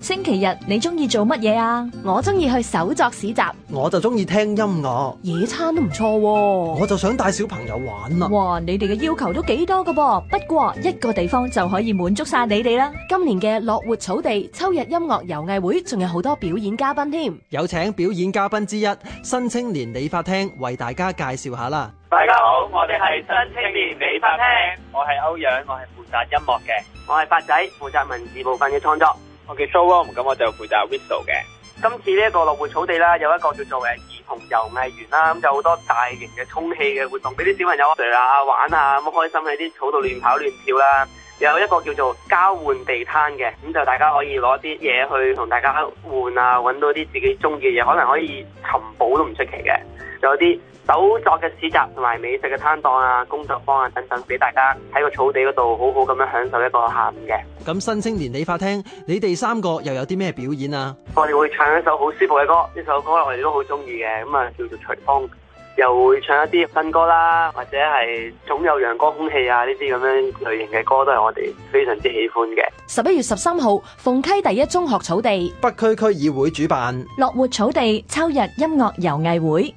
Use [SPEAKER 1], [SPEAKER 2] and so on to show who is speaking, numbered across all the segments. [SPEAKER 1] 星期日你中意做乜嘢啊？
[SPEAKER 2] 我中意去手作市集，
[SPEAKER 3] 我就中意聽音樂，
[SPEAKER 2] 野餐都唔錯喎。
[SPEAKER 3] 我就想帶小朋友玩啦。
[SPEAKER 1] 哇，你哋嘅要求都幾多噶噃，不過一個地方就可以滿足晒你哋啦。
[SPEAKER 2] 今年嘅樂活草地秋日音樂遊藝會，仲有好多表演嘉賓添。
[SPEAKER 3] 有請表演嘉賓之一新青年理髮廳為大家介紹下啦。
[SPEAKER 4] 大家好，我哋係新青年理髮廳，我係歐陽，我係負責音樂嘅，我係發仔，負責文字部分嘅創作。我叫 Showroom，咁我就負責 Whistle 嘅。今次呢一個樂活草地啦，有一個叫做誒兒童遊藝園啦，咁就好多大型嘅充氣嘅活動，俾啲小朋友嚟下玩下，咁開心喺啲草度亂跑亂跳啦。有一個叫做交換地攤嘅，咁就大家可以攞啲嘢去同大家換啊，揾到啲自己中意嘅嘢，可能可以尋寶都唔出奇嘅。仲有啲手作嘅市集同埋美食嘅攤檔啊、工作坊啊等等，俾大家喺個草地嗰度好好咁樣享受一個下午嘅。
[SPEAKER 3] 咁新青年理髮廳，你哋三個又有啲咩表演啊？
[SPEAKER 4] 我哋會唱一首好舒服嘅歌，呢首歌我哋都好中意嘅，咁啊叫做《隨風》，又會唱一啲新歌啦，或者係總有陽光空氣啊呢啲咁樣類型嘅歌都係我哋非常之喜歡嘅。
[SPEAKER 2] 十一月十三號，鳳溪第一中學草地
[SPEAKER 3] 北區區議會主辦。
[SPEAKER 1] 樂活草地秋日音樂遊藝會。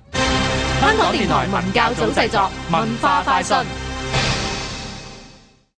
[SPEAKER 5] 香港電台文教組製作，文化快訊。